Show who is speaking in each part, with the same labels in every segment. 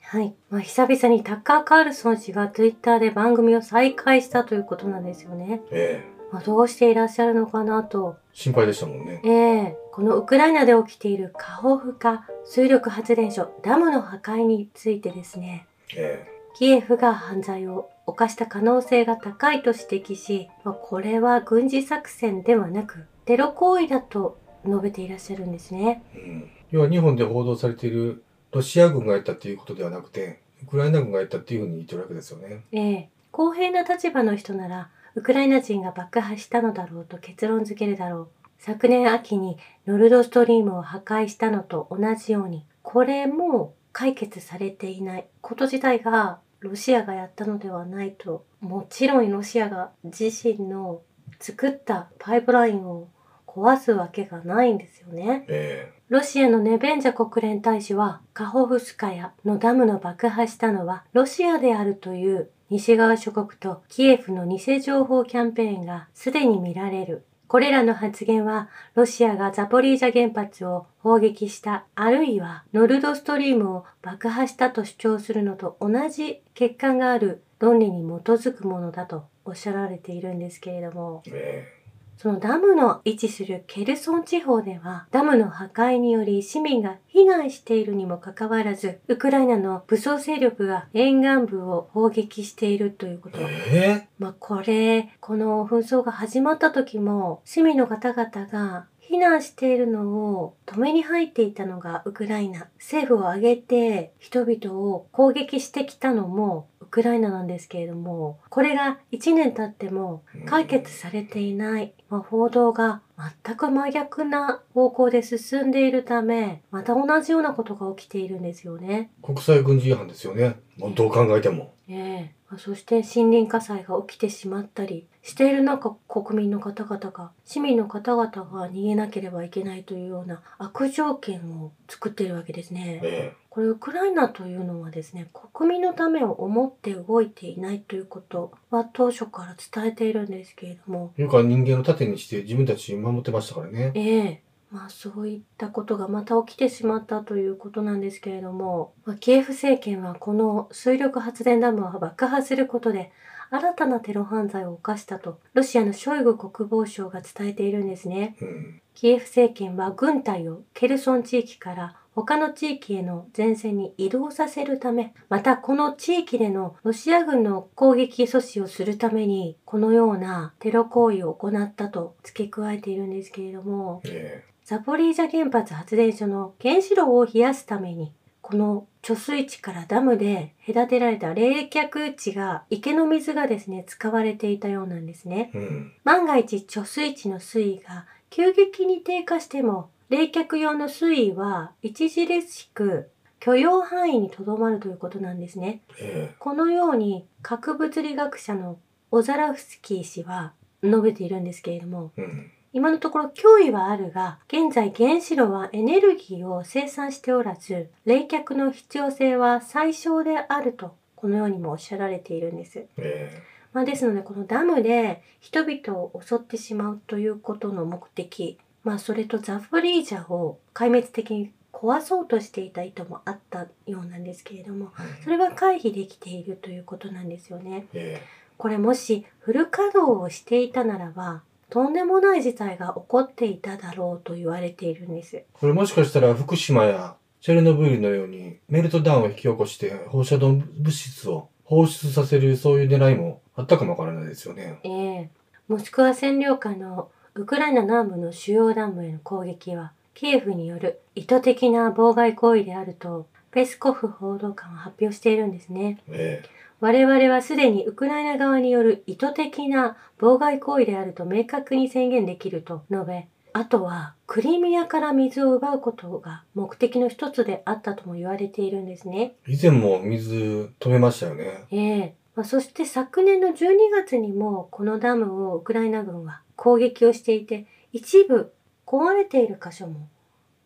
Speaker 1: はい。まあ、久々にタッカー・カールソン氏が Twitter で番組を再開したということなんですよね。
Speaker 2: ええ
Speaker 1: まあ、どうしていらっしゃるのかなと。
Speaker 2: 心配でしたもんね。
Speaker 1: ええこのウクライナで起きているカホフカ水力発電所ダムの破壊についてですね、
Speaker 2: え
Speaker 1: キエフが犯罪を犯した可能性が高いと指摘し、まあ、これは軍事作戦ではなくテロ行為だと述べていらっしゃるんですね。
Speaker 2: えうん。要は日本で報道されているロシア軍がやったっていうことではなくて、ウクライナ軍がやったっていうふうに言ってるわけですよね。
Speaker 1: ええ公平な立場の人ならウクライナ人が爆破したのだろうと結論付けるだろう昨年秋にノルドストリームを破壊したのと同じようにこれも解決されていないこと自体がロシアがやったのではないともちろんロシアが自身の作ったパイプラインを壊すわけがないんですよね。
Speaker 2: え
Speaker 1: ロシアのネベンジャ国連大使はカホフスカヤのダムの爆破したのはロシアであるという西側諸国とキエフの偽情報キャンペーンがすでに見られる。これらの発言はロシアがザポリージャ原発を砲撃したあるいはノルドストリームを爆破したと主張するのと同じ欠陥がある論理に基づくものだとおっしゃられているんですけれども。
Speaker 2: ええ
Speaker 1: そのダムの位置するケルソン地方では、ダムの破壊により市民が避難しているにもかかわらず、ウクライナの武装勢力が沿岸部を砲撃しているということ。
Speaker 2: え
Speaker 1: まあ、これ、この紛争が始まった時も、市民の方々が避難しているのを止めに入っていたのがウクライナ。政府を挙げて人々を攻撃してきたのもウクライナなんですけれども、これが1年経っても
Speaker 2: うん
Speaker 1: 解決されていない、まあ、報道が全く真逆な方向で進んでいるため、また同じようなことが起きているんですよね。
Speaker 2: 国際軍事違反ですよね。もうどう考えても。
Speaker 1: ええまあそして森林火災が起きてしまったりしている中国民の方々が市民の方々が逃げなければいけないというような悪条件を作っているわけですね。
Speaker 2: え
Speaker 1: これウクライナというのはですね国民のためを思って動いていないということは当初から伝えているんですけれども
Speaker 2: えいうか人間の盾にして自分たち守ってましたからね。
Speaker 1: ええ。まあそういったことがまた起きてしまったということなんですけれども、まあ、キエフ政権はこの水力発電ダムを爆破することで新たなテロ犯罪を犯したとロシアのショイグ国防相が伝えているんですね。
Speaker 2: うん。
Speaker 1: キエフ政権は軍隊をケルソン地域から他の地域への前線に移動させるため、またこの地域でのロシア軍の攻撃阻止をするために、このようなテロ行為を行ったと付け加えているんですけれども、
Speaker 2: え
Speaker 1: ザポリージャ原発発電所の原子炉を冷やすために、この貯水池からダムで隔てられた冷却池が、池の水がですね、使われていたようなんですね。
Speaker 2: えうん。
Speaker 1: 万が一貯水池の水位が急激に低下しても冷却用の水位は著しく許容範囲にとどまるということなんですね。
Speaker 2: え
Speaker 1: このように核物理学者のオザラフスキー氏は述べているんですけれども
Speaker 2: えうん。
Speaker 1: 今のところ脅威はあるが現在原子炉はエネルギーを生産しておらず冷却の必要性は最小であるとこのようにもおっしゃられているんです。
Speaker 2: え
Speaker 1: まあ、ですのでこのダムで人々を襲ってしまうということの目的、まあ、それとザポリージャを壊滅的に壊そうとしていた意図もあったようなんですけれども
Speaker 2: え
Speaker 1: それは回避できているということなんですよね。
Speaker 2: え
Speaker 1: これもしフル稼働をしていたならばとんでもない事態が起こっていただろうと言われているんです。
Speaker 2: これもしかしたら福島やチェルノブイリのようにメルトダウンを引き起こして放射能物質を放出させるそういう狙いもあったかもわからないですよね。
Speaker 1: ええモスクワ占領下のウクライナ南部の主要ダムへの攻撃は、キエフによる意図的な妨害行為であると、ペスコフ報道官は発表しているんですね。
Speaker 2: え
Speaker 1: 我々はすでにウクライナ側による意図的な妨害行為であると明確に宣言できると述べ、あとはクリミアから水を奪うことが目的の一つであったとも言われているんですね。
Speaker 2: え以前も水止めましたよね。
Speaker 1: ええまあ、そして昨年の12月にもこのダムをウクライナ軍は攻撃をしていて一部壊れている箇所も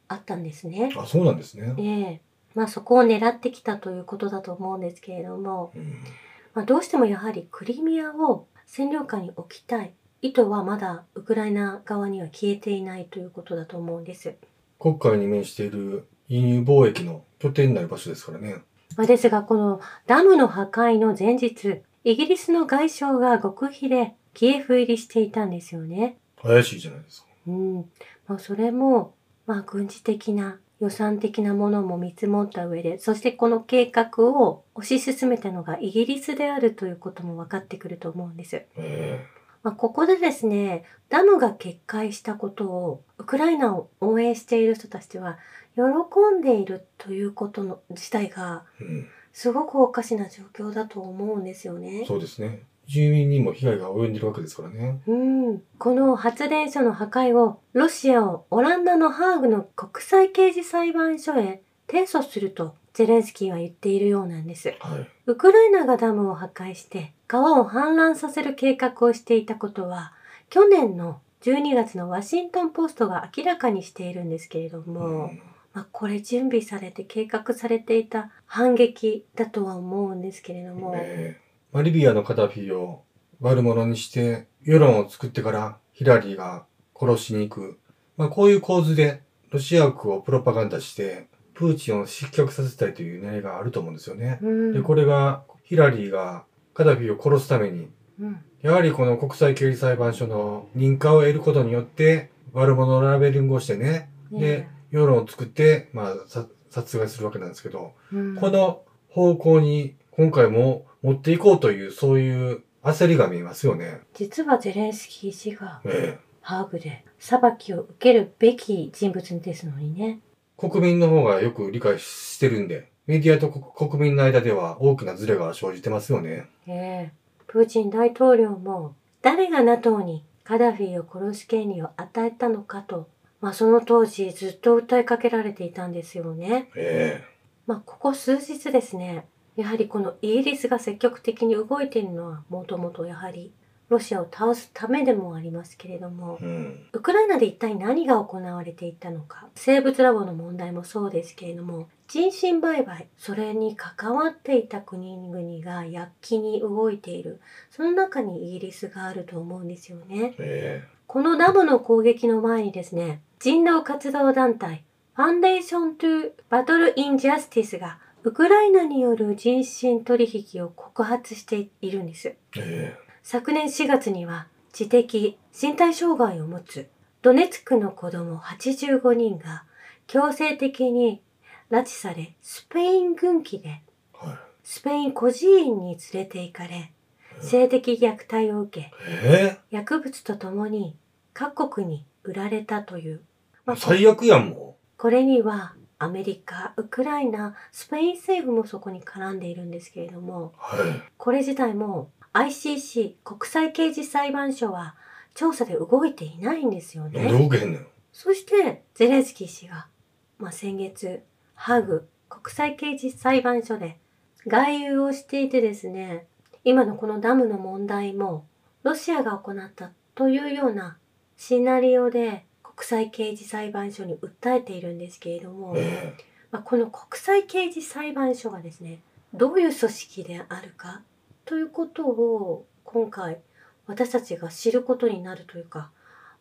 Speaker 1: あったんですね。
Speaker 2: あ、そうなんですね。
Speaker 1: ええまあ、そこを狙ってきたということだと思うんですけれども、
Speaker 2: うん。
Speaker 1: まあ、どうしてもやはりクリミアを占領下に置きたい意図はまだウクライナ側には消えていないということだと思うんです。
Speaker 2: 国会に面している輸入貿易の拠点になる場所ですからね。
Speaker 1: まあですが、このダムの破壊の前日、イギリスの外相が極秘でキエフ入りしていたんですよね。
Speaker 2: 怪しいじゃないですか。
Speaker 1: うん。まあ、それも、まあ、軍事的な予算的なものも見積もった上で、そしてこの計画を推し進めたのがイギリスであるということも分かってくると思うんです。
Speaker 2: え
Speaker 1: まあ、ここでですね、ダムが決壊したことを、ウクライナを応援している人たちは、喜んでいるということの自体が、
Speaker 2: えうん。
Speaker 1: すごくおかしな状況だと思うんですよね。
Speaker 2: そうですね。住民にも被害が及んでるわけですからね。
Speaker 1: うん、この発電所の破壊をロシアをオランダのハーグの国際刑事裁判所へ提訴するとゼレンスキーは言っているようなんです。
Speaker 2: はい。
Speaker 1: ウクライナがダムを破壊して川を氾濫させる計画をしていたことは去年の12月のワシントンポストが明らかにしているんですけれども、
Speaker 2: うん
Speaker 1: まあ、これ準備されて計画されていた反撃だとは思うんですけれども、
Speaker 2: ええマリビアのカダフィを悪者にして、世論を作ってからヒラリーが殺しに行く。まあこういう構図で、ロシア国をプロパガンダして、プーチンを失脚させたいという狙いがあると思うんですよね。
Speaker 1: うん
Speaker 2: で、これが、ヒラリーがカダフィを殺すために、
Speaker 1: うん
Speaker 2: やはりこの国際刑事裁判所の認可を得ることによって、悪者のラベリングをしてね、で
Speaker 1: ねえ
Speaker 2: 世論を作って、まあ、さ殺害するわけなんですけど、
Speaker 1: うん
Speaker 2: この方向に今回も持っていこうという、そういう焦りが見えますよね。
Speaker 1: 実はゼレンスキー氏が
Speaker 2: ええ
Speaker 1: ハーグで裁きを受けるべき人物ですのにね。
Speaker 2: 国民の方がよく理解してるんで、メディアと国国民の間では大きなズレが生じてますよね。
Speaker 1: ええプーチン大統領も誰が NATO にカダフィを殺す権利を与えたのかと、まあ、その当時ずっと訴えかけられていたんですよね。
Speaker 2: え
Speaker 1: まあ、ここ数日ですね、やはりこのイギリスが積極的に動いているのはもともとやはりロシアを倒すためでもありますけれども、
Speaker 2: うん。
Speaker 1: ウクライナで一体何が行われていたのか生物ラボの問題もそうですけれども人身売買それに関わっていた国々が躍起に動いているその中にイギリスがあると思うんですよね
Speaker 2: え
Speaker 1: このダムの攻撃の前にですね人道活動団体ファンデーション・トゥ・バトル・イン・ジャスティスがウクライナによる人身取引を告発しているんです
Speaker 2: ええ
Speaker 1: 昨年4月には知的身体障害を持つドネツクの子供85人が強制的に拉致されスペイン軍機で
Speaker 2: えはい。
Speaker 1: スペイン孤児院に連れて行かれ性的虐待を受け
Speaker 2: え
Speaker 1: 薬物とともに各国に売られたという、
Speaker 2: え
Speaker 1: まあ
Speaker 2: 最悪やん、も
Speaker 1: これにはアメリカウクライナスペイン政府もそこに絡んでいるんですけれども
Speaker 2: う。は
Speaker 1: これ自体も ICC 国際刑事裁判所は調査で動いていないんですよ
Speaker 2: い。なんで
Speaker 1: ね。
Speaker 2: 動けへんねん。
Speaker 1: そしてゼレンスキー氏が、まあ、先月ハーグ国際刑事裁判所で外遊をしていてですね今のこのダムの問題もロシアが行ったというようなシナリオで国際刑事裁判所に訴えているんですけれども。
Speaker 2: え
Speaker 1: まあ、この国際刑事裁判所がですねどういう組織であるかということを今回私たちが知ることになるというか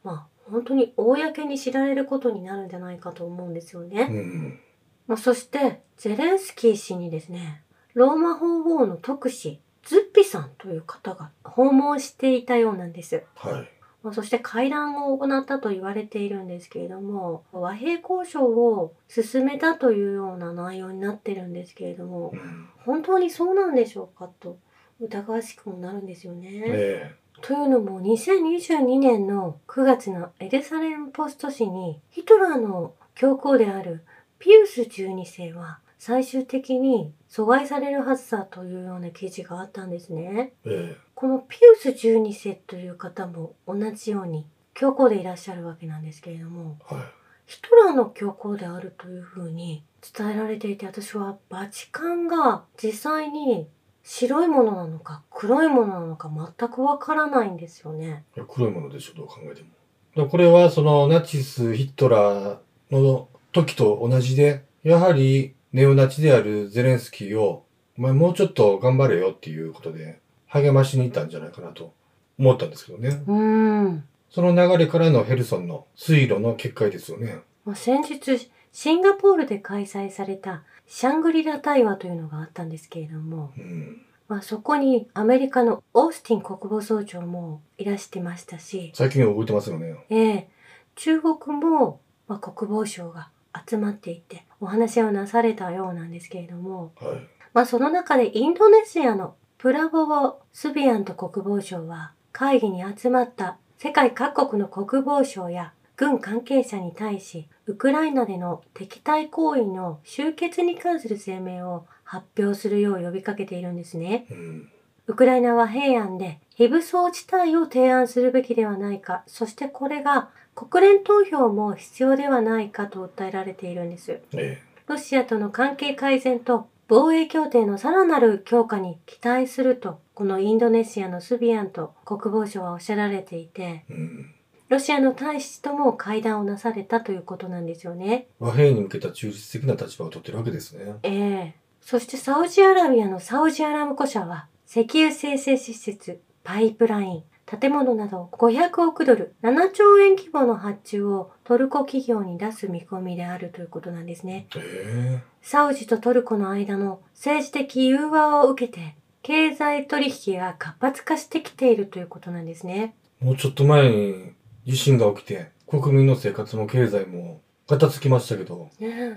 Speaker 1: まあ本当に公に知られることになるんじゃないかと思うんですよ
Speaker 2: え
Speaker 1: ね。
Speaker 2: うん。
Speaker 1: まあ、そしてゼレンスキー氏にですねローマ法王の特使ズッピさんという方が訪問していたようなんです。
Speaker 2: はい。
Speaker 1: まあ、そして会談を行ったと言われているんですけれども和平交渉を進めたというような内容になってるんですけれども
Speaker 2: うん
Speaker 1: 本当にそうなんでしょうかと疑わしくもなるんですよね。
Speaker 2: え
Speaker 1: というのも2022年の9月のエルサレムポスト紙にヒトラーの教皇であるピウス12世は最終的に阻害されるはずだというような記事があったんですね。
Speaker 2: ええ
Speaker 1: このピウス12世という方も同じように教皇でいらっしゃるわけなんですけれども
Speaker 2: えはい。
Speaker 1: ヒトラーの教皇であるというふうに伝えられていて私はバチカンが実際に白いものなのか黒いものなのか全くわからないんですよね。
Speaker 2: いや黒いものでしょ、どう考えても。だからこれは、その、ナチス、ヒトラーの時と同じで、やはり、ネオナチであるゼレンスキーを、お前もうちょっと頑張れよっていうことで、励ましに行ったんじゃないかなと思ったんですけどね。
Speaker 1: うーん
Speaker 2: その流れからのヘルソンの水路の決壊ですよね。
Speaker 1: まあ、先日シンガポールで開催されたシャングリラ対話というのがあったんですけれども、
Speaker 2: うん。
Speaker 1: まあ、そこにアメリカのオースティン国防総長もいらしてましたし、
Speaker 2: 最近動いてますよね。
Speaker 1: ええ中国も、まあ、国防省が集まっていてお話をなされたようなんですけれども、
Speaker 2: はい。
Speaker 1: まあ、その中でインドネシアのプラボボ・スビアント国防相は会議に集まった世界各国の国防相や軍関係者に対しウクライナでの敵対行為の終結に関する声明を発表するよう呼びかけているんですね。
Speaker 2: うん。
Speaker 1: ウクライナは平安で非武装地帯を提案するべきではないか、そしてこれが国連投票も必要ではないかと訴えられているんです。
Speaker 2: え
Speaker 1: ロシアとの関係改善と防衛協定のさらなる強化に期待すると、このインドネシアのスビアンと国防相はおっしゃられていて、
Speaker 2: え。うん。
Speaker 1: ロシアの大使とも会談をなされたということなんですよね。
Speaker 2: 和平に向けた中立的な立場を取ってるわけですね。
Speaker 1: ええそしてサウジアラビアのサウジアラムコ社は、石油生成施設、パイプライン、建物など500億ドル、7兆円規模の発注をトルコ企業に出す見込みであるということなんですね。
Speaker 2: え
Speaker 1: サウジとトルコの間の政治的融和を受けて、経済取引が活発化してきているということなんですね。
Speaker 2: え。もうちょっと前に地震が起きて、国民の生活も経済もガタつきましたけど、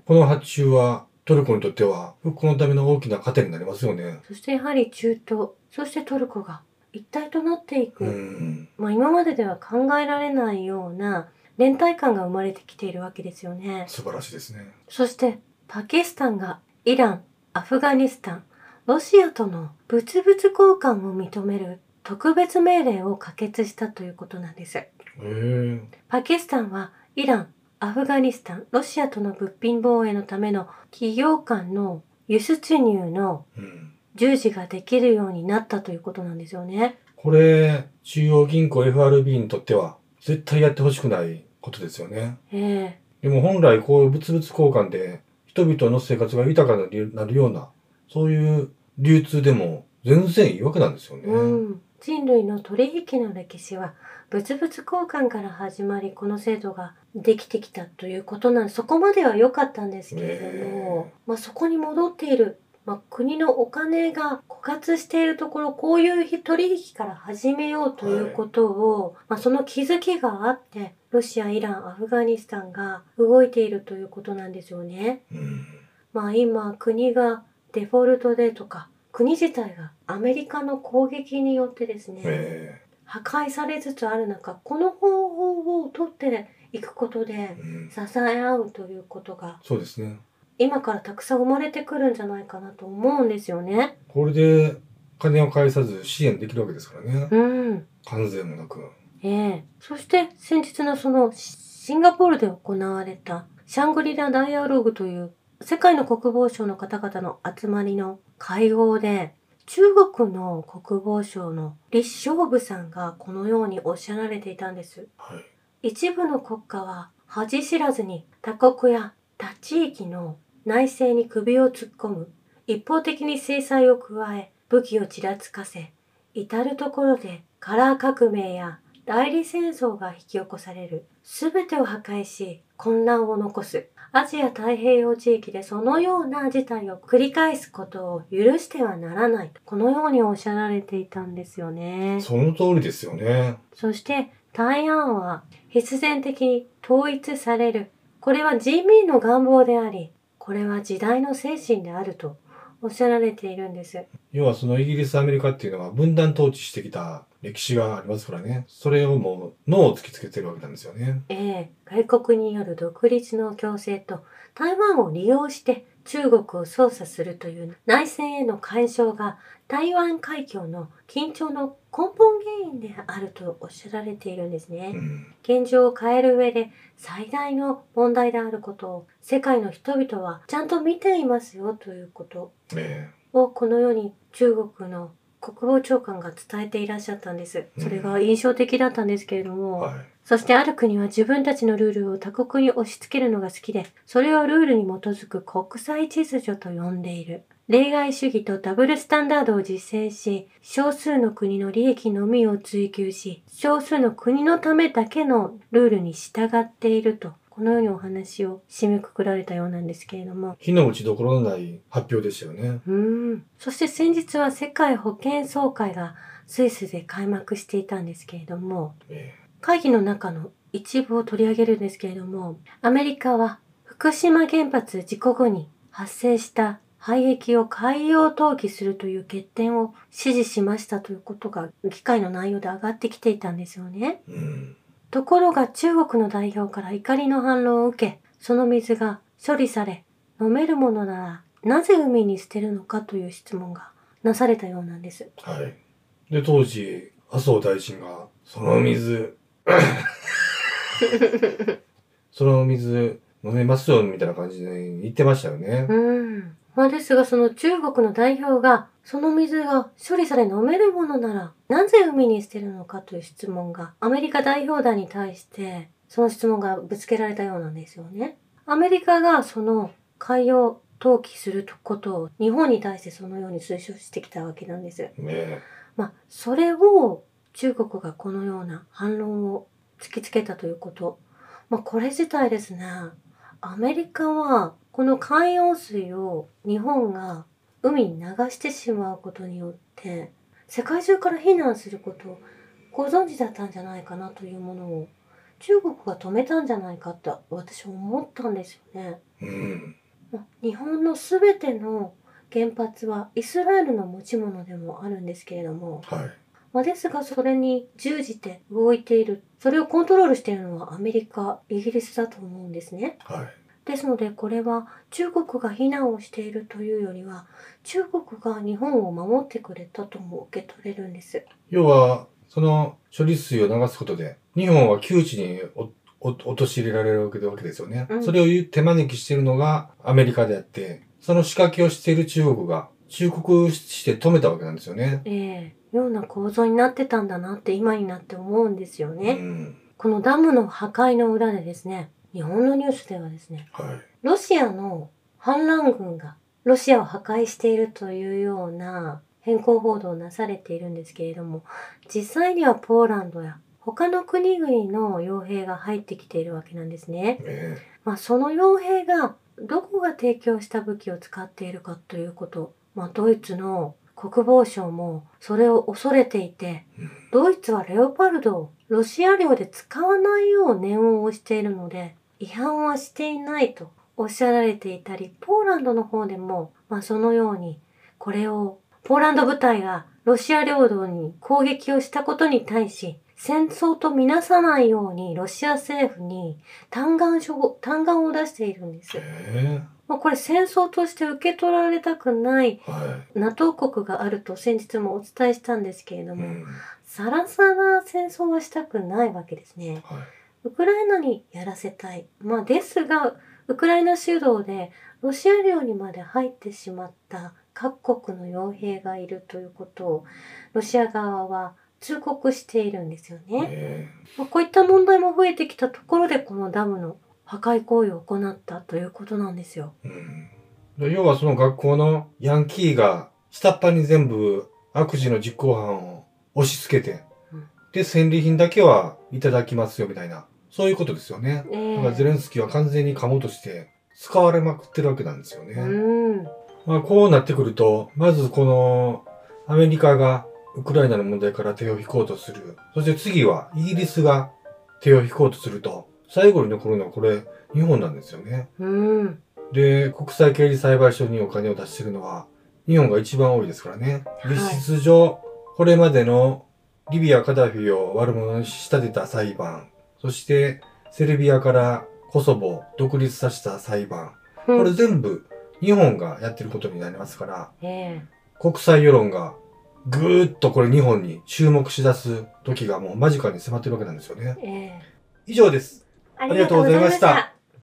Speaker 2: この発注はトルコにとっては復興のための大きな糧になりますよね。
Speaker 1: そしてやはり中東、そしてトルコが一体となっていく、
Speaker 2: うん。
Speaker 1: まあ今まででは考えられないような連帯感が生まれてきているわけですよね。
Speaker 2: 素晴らしいですね。
Speaker 1: そしてパキスタンがイラン、アフガニスタン、ロシアとの物々交換を認める特別命令を可決したということなんです。
Speaker 2: ええ。
Speaker 1: パキスタンはイラン、アフガニスタン、ロシアとの物品防衛のための企業間の輸出入の
Speaker 2: うん。
Speaker 1: 従事ができるようになったということなんですよね。
Speaker 2: これ、中央銀行 FRB にとっては絶対やってほしくないことですよね。
Speaker 1: え
Speaker 2: でも本来こういう物々交換で人々の生活が豊かになるような、そういう流通でも全然いいわけなんですよ
Speaker 1: え
Speaker 2: ね。
Speaker 1: うん。人類の取引の歴史は物々交換から始まりこの制度ができてきたということなんそこまでは良かったんですけれども、
Speaker 2: ね
Speaker 1: まあ、そこに戻っている、まあ、国のお金が枯渇しているところこういう取引から始めようということを、まあ、その気づきがあってロシアイランアフガニスタンが動いているということなんですよね。
Speaker 2: うん。
Speaker 1: まあ今国がデフォルトでとか国自体がアメリカの攻撃によってですね、
Speaker 2: え
Speaker 1: 破壊されつつある中この方法を取っていくことで
Speaker 2: えうん。
Speaker 1: 支え合うということが
Speaker 2: そうですね。
Speaker 1: 今からたくさん生まれてくるんじゃないかなと思うんですよね。
Speaker 2: これで金を返さず支援できるわけですからね。
Speaker 1: うん、
Speaker 2: 関税もなく。
Speaker 1: ええそして先日のそのシシンガポールで行われたシャングリラ・ダイアローグという世界の国防省の方々の集まりの会合で中国の国防省の李尚部さんがこのようにおっしゃられていたんです。
Speaker 2: はい。
Speaker 1: 一部の国家は恥知らずに他国や他地域の内政に首を突っ込む一方的に制裁を加え武器をちらつかせ至る所でカラー革命や代理戦争が引き起こされる全てを破壊し混乱を残すアジア太平洋地域でそのような事態を繰り返すことを許してはならないとこのようにおっしゃられていたんですよね。
Speaker 2: その通りですよね。
Speaker 1: そして台湾は必然的に統一される。これは人民の願望であり、これは時代の精神であるとおっしゃられているんです。
Speaker 2: 要はそのイギリス、アメリカっていうのは分断統治してきた歴史がありますからね。それをもう脳を突きつけてるわけなんですよね。
Speaker 1: ええ外国による独立の強制と台湾を利用して中国を操作するという内戦への干渉が台湾海峡の緊張の根本原因であるとおっしゃられているんですね。
Speaker 2: うん。
Speaker 1: 現状を変える上で最大の問題であることを世界の人々はちゃんと見ていますよということ
Speaker 2: え
Speaker 1: をこのように中国の国防長官が伝えていらっしゃったんです。それが印象的だったんですけれど
Speaker 2: え
Speaker 1: も、
Speaker 2: はい。
Speaker 1: そしてある国は自分たちのルールを他国に押し付けるのが好きで、それをルールに基づく国際秩序と呼んでいる。例外主義とダブルスタンダードを実践し、少数の国の利益のみを追求し、少数の国のためだけのルールに従っていると、このようにお話を締めくくられたようなんですけれども、
Speaker 2: 火の打ちどころのない発表でしたよね。
Speaker 1: うーん。そして先日は世界保健総会がスイスで開幕していたんですけれども、
Speaker 2: え
Speaker 1: 会議の中の一部を取り上げるんですけれども、アメリカは福島原発事故後に発生した廃液を海洋投棄するという欠点を支持しましたということが議会の内容で上がってきていたんですよね。
Speaker 2: えうん。
Speaker 1: ところが中国の代表から怒りの反論を受け、その水が処理され、飲めるものならなぜ海に捨てるのかという質問がなされたようなんです。
Speaker 2: はい。で、当時、麻生大臣が、そ の水、その水、飲めますよ、みたいな感じで言ってましたよね。
Speaker 1: うん。まあですが、その中国の代表が、その水が処理され飲めるものなら、なぜ海に捨てるのかという質問が、アメリカ代表団に対して、その質問がぶつけられたようなんですよね。アメリカがその海洋投棄することを日本に対してそのように推奨してきたわけなんです。
Speaker 2: ねえ。
Speaker 1: まあ、それを中国がこのような反論を突きつけたということ。まあ、これ自体ですね。アメリカは、この海洋水を日本が海に流してしまうことによって、世界中から非難することをご存知だったんじゃないかなというものを、中国が止めたんじゃないかと私は思ったんですよね。
Speaker 2: うん。
Speaker 1: 日本のすべての原発はイスラエルの持ち物でもあるんですけれども、
Speaker 2: はい。
Speaker 1: まあ、ですがそれに従事て動いているそれをコントロールしているのはアメリカイギリスだと思うんですね
Speaker 2: はい。
Speaker 1: ですのでこれは中国が非難をしているというよりは中国が日本を守ってくれたとも受け取れるんです
Speaker 2: 要は、その処理水を流すことで、日本は窮地におお陥れられるわけですよね。
Speaker 1: うん
Speaker 2: それを言う手招きしているのがアメリカであって、その仕掛けをしている中国が、忠告して止めたわけなんですよね。
Speaker 1: ええような構造になってたんだなって今になって思うんですよ
Speaker 2: う
Speaker 1: ね、
Speaker 2: ん。
Speaker 1: このダムの破壊の裏でですね日本のニュースではですね
Speaker 2: はい。
Speaker 1: ロシアの反乱軍がロシアを破壊しているというような変更報道をなされているんですけれども、実際にはポーランドや他の国々の傭兵が入ってきているわけなんですね。
Speaker 2: え
Speaker 1: まあ、その傭兵がどこが提供した武器を使っているかということ、まあ、ドイツの国防省もそれを恐れていて、
Speaker 2: えうん
Speaker 1: ドイツはレオパルドをロシア領で使わないよう念を押しているので、違反はしていないとおっしゃられていたり、ポーランドの方でも、まあそのように、これを、ポーランド部隊がロシア領土に攻撃をしたことに対し、戦争とみなさないようにロシア政府に嘆願書を、嘆願を出しているんです。
Speaker 2: え
Speaker 1: まあ、これ戦争として受け取られたくない
Speaker 2: えは
Speaker 1: NATO 国があると先日もお伝えしたんですけれど
Speaker 2: い。
Speaker 1: も、
Speaker 2: ん。
Speaker 1: さらさら戦争はしたくないわけですね。
Speaker 2: はい。
Speaker 1: ウクライナにやらせたい。まあですが、ウクライナ主導でロシア領にまで入ってしまった各国の傭兵がいるということをロシア側は通告しているんですよね。
Speaker 2: え
Speaker 1: まあ、こういった問題も増えてきたところでこのダムの破壊行為を行ったということなんですよ。
Speaker 2: えうん。で要はその学校のヤンキーが、下っ端に全部悪事の実行犯を押し付けて
Speaker 1: うん、
Speaker 2: で、戦利品だけはいただきますよ、みたいな。そういうことですよね。
Speaker 1: え
Speaker 2: だからゼレンスキーは完全にカモとして使われまくってるわけなんですよね。
Speaker 1: うん。
Speaker 2: まあ、こうなってくると、まずこのアメリカがウクライナの問題から手を引こうとする。そして次はイギリスが手を引こうとすると、最後に残るのはこれ、日本なんですよね。
Speaker 1: うん。
Speaker 2: で、国際刑事裁判所にお金を出してるのは、日本が一番多いですからね。
Speaker 1: い
Speaker 2: 実質上、これまでのリビア・カダフィを悪者に仕立てた裁判、そしてセルビアからコソボを独立させた裁判、これ全部日本がやってることになりますから、
Speaker 1: え
Speaker 2: 国際世論がぐーっとこれ日本に注目しだす時がもう間近に迫ってるわけなんですよね。
Speaker 1: えええ
Speaker 2: 以上です。
Speaker 1: あ
Speaker 2: りがとうございました。